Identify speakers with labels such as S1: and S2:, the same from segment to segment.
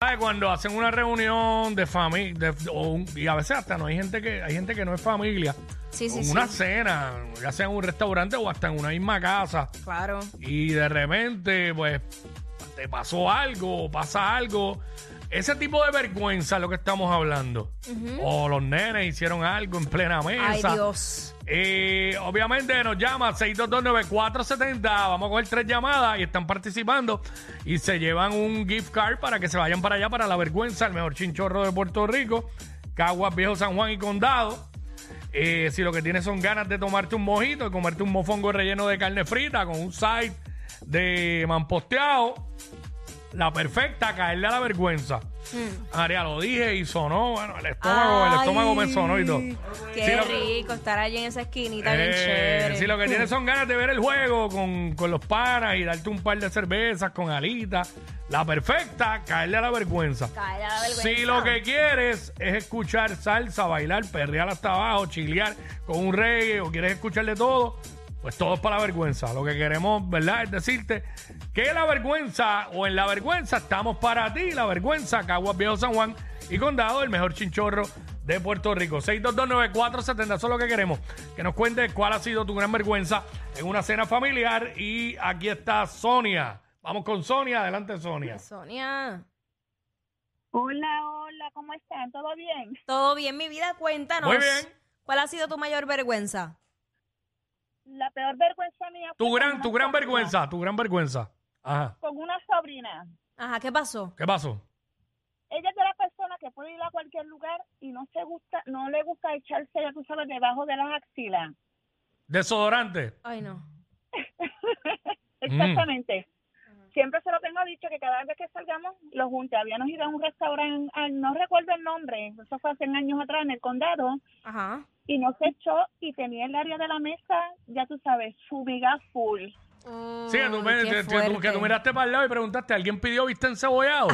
S1: ¿Sabes? Cuando hacen una reunión de familia, y a veces hasta no hay gente que, hay gente que no es familia.
S2: Sí, sí,
S1: O
S2: sí.
S1: una cena, ya sea en un restaurante o hasta en una misma casa.
S2: Claro.
S1: Y de repente, pues, te pasó algo, o pasa algo. Ese tipo de vergüenza es lo que estamos hablando. O los nenes hicieron algo en plena mesa.
S2: Ay, Dios.
S1: Eh, obviamente nos llama 6229470. Vamos a coger tres llamadas y están participando. Y se llevan un gift card para que se vayan para allá para la vergüenza, el mejor chinchorro de Puerto Rico, Caguas Viejo San Juan y Condado. Eh, si lo que tienes son ganas de tomarte un mojito y comerte un mofongo relleno de carne frita con un side de mamposteado, la perfecta, caerle a la vergüenza. Aria, lo dije y sonó. Bueno, el estómago, el estómago me sonó y todo.
S2: Qué
S1: Sí, lo-
S2: rico estar allí en esa esquinita bien
S1: eh,
S2: chévere.
S1: Si lo que tienes son ganas de ver el juego con, con los panas y darte un par de cervezas con alitas, la perfecta, caerle a la vergüenza.
S2: Caerle a la vergüenza.
S1: Si lo que quieres es escuchar salsa, bailar, perrear hasta abajo, chilear con un reggae o quieres escuchar de todo, pues todo es para la vergüenza. Lo que queremos, ¿verdad? Es decirte que la vergüenza o en la vergüenza estamos para ti. La vergüenza, Caguas Viejo San Juan y Condado, el mejor chinchorro de Puerto Rico. 6229470, eso es lo que queremos. Que nos cuentes cuál ha sido tu gran vergüenza en una cena familiar. Y aquí está Sonia. Vamos con Sonia. Adelante, Sonia.
S2: Sonia.
S3: Hola, hola, ¿cómo están? ¿Todo bien?
S2: Todo bien, mi vida, cuéntanos.
S1: Muy bien.
S2: ¿Cuál ha sido tu mayor vergüenza?
S3: La peor vergüenza mía fue
S1: Tu
S3: con
S1: gran,
S3: una
S1: tu gran
S3: sobrina-
S1: vergüenza, tu gran vergüenza. Ajá.
S3: Con una sobrina.
S2: Ajá, ¿qué pasó?
S1: ¿Qué pasó?
S3: Ella es de la persona que puede ir a cualquier lugar y no se gusta, no le gusta echarse, ya tú sabes, debajo de las
S1: Mm.
S3: axilas.
S1: Desodorante.
S2: Ay, no.
S3: Exactamente. Siempre se lo tengo dicho que cada vez que salgamos lo junta. Habíamos ido a un restaurante, ah, no recuerdo el nombre, eso fue hace años atrás en el condado,
S2: Ajá.
S3: y no se echó y tenía el área de la mesa, ya tú sabes, su viga full.
S1: Sí, que tú,
S2: Uy,
S1: me-
S2: qué
S1: que tú- que tú
S2: fuerte.
S1: miraste para el lado y preguntaste, ¿alguien pidió viste encebollado?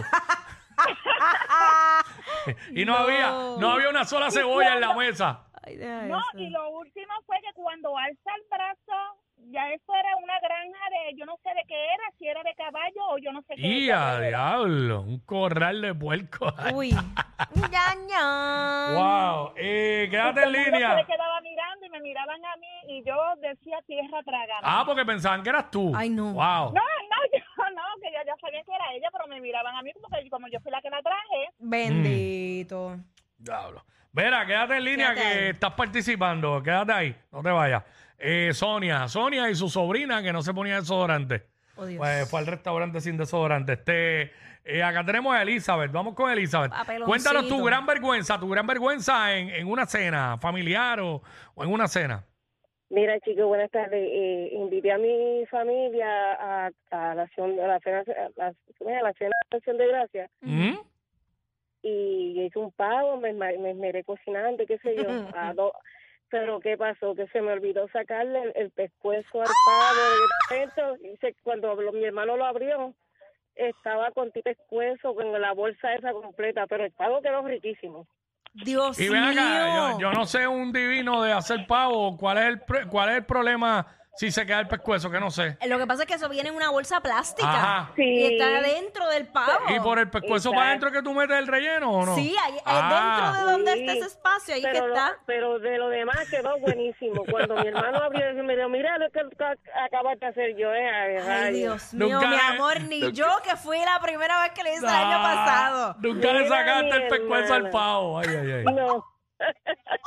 S2: Ah.
S1: y no,
S2: No.
S1: había, no había una sola cebolla en la mesa.
S2: Ay, deja
S3: No,
S2: eso.
S3: y lo último fue que cuando alza el brazo, ya eso era una granja de, yo no sé de qué era, si era de caballo o yo no sé qué.
S1: Y
S3: diablo!
S1: a diablo, un corral de puerco.
S2: Uy. ya, ya.
S1: wow. Eh, quédate en
S3: Yo
S1: línea.
S3: me quedaba mirando y me miraban a mí y yo decía tierra tragada.
S1: Ah, porque pensaban que eras tú.
S2: Ay, no.
S1: Wow.
S3: No, no, yo no, que ya, ya sabían que era ella, pero me miraban a mí porque como yo fui la que la traje.
S2: Bendito.
S1: Diablo. Vera, quédate en línea
S2: Quédate
S1: que
S2: ahí.
S1: estás participando. Quédate ahí, no te vayas. Eh, Sonia, Sonia y su sobrina que no se ponía desodorante.
S2: Oh, Dios.
S1: Pues fue al restaurante sin desodorante. Este, eh, acá tenemos a Elizabeth. Vamos con Elizabeth.
S2: Papeloncito.
S1: Cuéntanos tu gran vergüenza, tu gran vergüenza en, en una cena familiar o, o en una cena.
S4: Mira, chicos, buenas tardes. Eh, invité a mi familia a, a la, acción- a la cena, a la, ¿cómo es? a la cena de acción de gracia
S1: ¿Mm?
S4: y yo hice un pavo, me, esma- me esmeré cocinando, qué sé yo. a do- pero ¿qué pasó? Que se me olvidó sacarle el, el pescuezo al pavo. de dentro. Y se- cuando lo- mi hermano lo abrió, estaba con tu pescuezo, con la bolsa esa completa, pero el pavo quedó riquísimo.
S2: Dios
S1: Y
S2: mío.
S1: ven acá, yo, yo no sé un divino de hacer pavo. ¿Cuál es el, pre- cuál es el problema si se queda el pescuezo? Que no sé.
S2: Lo que pasa es que eso viene en una bolsa plástica.
S1: Ajá.
S4: Sí.
S2: Y está dentro del pavo.
S1: ¿Y por el pescuezo
S4: Exacto.
S1: para adentro que tú metes el relleno o no?
S2: Sí, ahí, eh,
S1: Ah.
S2: dentro de donde
S4: Sí.
S2: está ese espacio, ahí que
S4: pero, lo-
S2: está.
S4: pero de lo demás quedó buenísimo. Cuando mi hermano abrió, me dijo, mira lo que ac- acabas de hacer yo. Eh, ay,
S2: Ay,
S4: rayos".
S2: Dios mío,
S1: Nunca
S2: mi
S1: le-
S2: amor, ni yo que fui la primera vez que le hice el
S1: Ah,
S2: año pasado.
S1: Nunca le
S4: Mira,
S1: sacaste
S4: mi
S1: el pescuezo al
S4: hermano.
S1: pavo. Ay, ay, ay.
S4: No.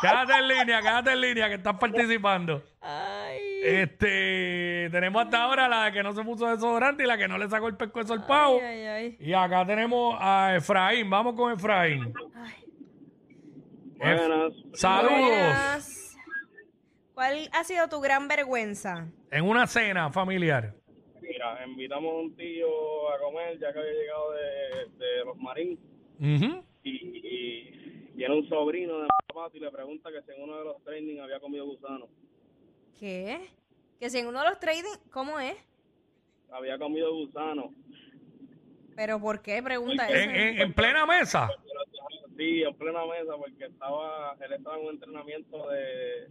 S1: Quédate en línea, quédate en línea, que estás participando.
S2: Ay,
S1: Este, tenemos hasta ahora la que no se puso desodorante y la que no le sacó el pescuezo al pavo.
S2: ay, ay.
S1: Y acá tenemos a Efraín. Vamos con Efraín. Ef-
S5: Buenas.
S1: Saludos.
S2: Buenas. ¿Cuál ha sido tu gran vergüenza?
S1: En una cena familiar.
S5: Mira, invitamos a un tío a comer ya que había llegado de, de los marines
S1: Ujú.
S5: y, y viene un sobrino de pato y le pregunta que si en uno de los training había comido gusano.
S2: ¿Qué? Que si en uno de los trading, ¿cómo es?
S5: Había comido gusano.
S2: ¿Pero por qué? Pregunta
S1: En,
S2: esa.
S1: en- en plena mesa.
S5: Pero, Sí, en plena mesa porque estaba él estaba en un entrenamiento de,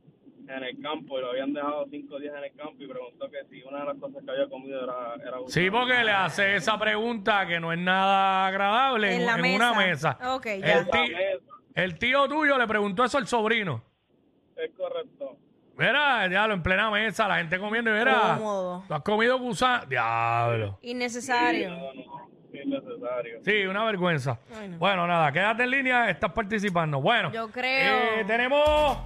S5: en el campo y lo habían dejado cinco días en el campo y preguntó que si una de las cosas que había comido era, era un-
S1: Sí, porque le hace esa pregunta que no es nada agradable en,
S2: En la
S1: en una
S2: mesa.
S1: mesa.
S2: Ok,
S1: el,
S2: ya.
S1: ti- el tío tuyo le preguntó eso al sobrino.
S5: Es correcto.
S1: Mira, diablo, en plena mesa, la gente comiendo y mira,
S2: Cómodo.
S1: tú has comido gusano. Diablo.
S2: Innecesario.
S5: Innecesario.
S1: Sí, una vergüenza.
S2: Ay, no.
S1: Bueno, nada, quédate en línea, estás participando. Bueno,
S2: Yo creo.
S1: eh, tenemos,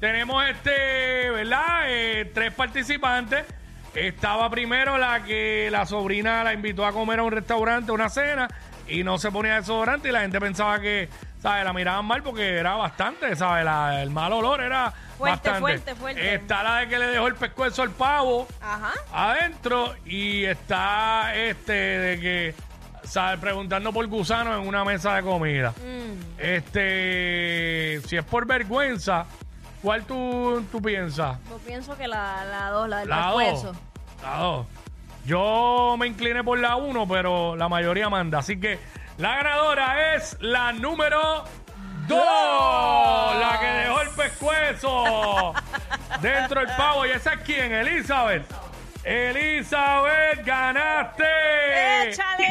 S1: tenemos este, ¿verdad? Eh, tres participantes. Estaba primero la que la sobrina la invitó a comer a un restaurante, una cena, y no se ponía desodorante y la gente pensaba que, ¿sabes? La miraban mal porque era bastante, ¿sabes? La- el mal olor era
S2: Fuerte,
S1: bastante.
S2: fuerte, fuerte.
S1: Está la de que le dejó el pescuezo al pavo
S2: Ajá.
S1: adentro y está este de que sale preguntando por gusano en una mesa de comida.
S2: Mm.
S1: Este, si es por vergüenza, ¿cuál tú, tú piensas?
S2: Yo pienso que la, la dos, la del
S1: La
S2: pescuezo.
S1: dos. La dos. Yo me incliné por la uno, pero la mayoría manda. Así que la ganadora es la número dos. La que dejó el pescuezo dentro del pavo. ¿Y esa es quién? Elizabeth. Elizabeth, ganaste.
S2: ¡Échale!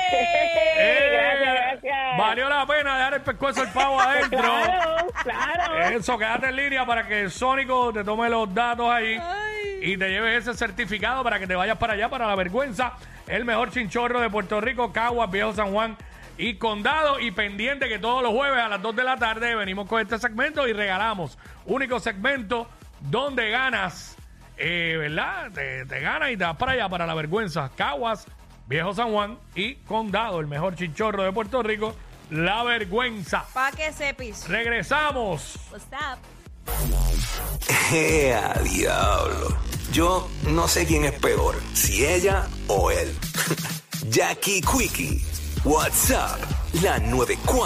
S1: Eh,
S4: Gracias, gracias.
S1: Valió la pena dejar el pescuezo del pavo adentro.
S4: Claro, claro.
S1: Eso, quédate en línea para que el Sónico te tome los datos ahí
S2: Ay.
S1: y te lleves ese certificado para que te vayas para allá, para la vergüenza. El mejor chinchorro de Puerto Rico, Caguas, Viejo San Juan y Condado. Y pendiente que todos los jueves a las 2 de la tarde venimos con este segmento y regalamos. Único segmento donde ganas, eh, ¿verdad? Te, te ganas y te vas para allá, para la vergüenza. Caguas, Viejo San Juan y Condado, el mejor chinchorro de Puerto Rico, la vergüenza.
S2: Pa' que sepis.
S1: Regresamos.
S2: What's up?
S6: ¡Ea, diablo! Yo no sé quién es peor, si ella o él. Jackie Quickie, WhatsApp, la 94.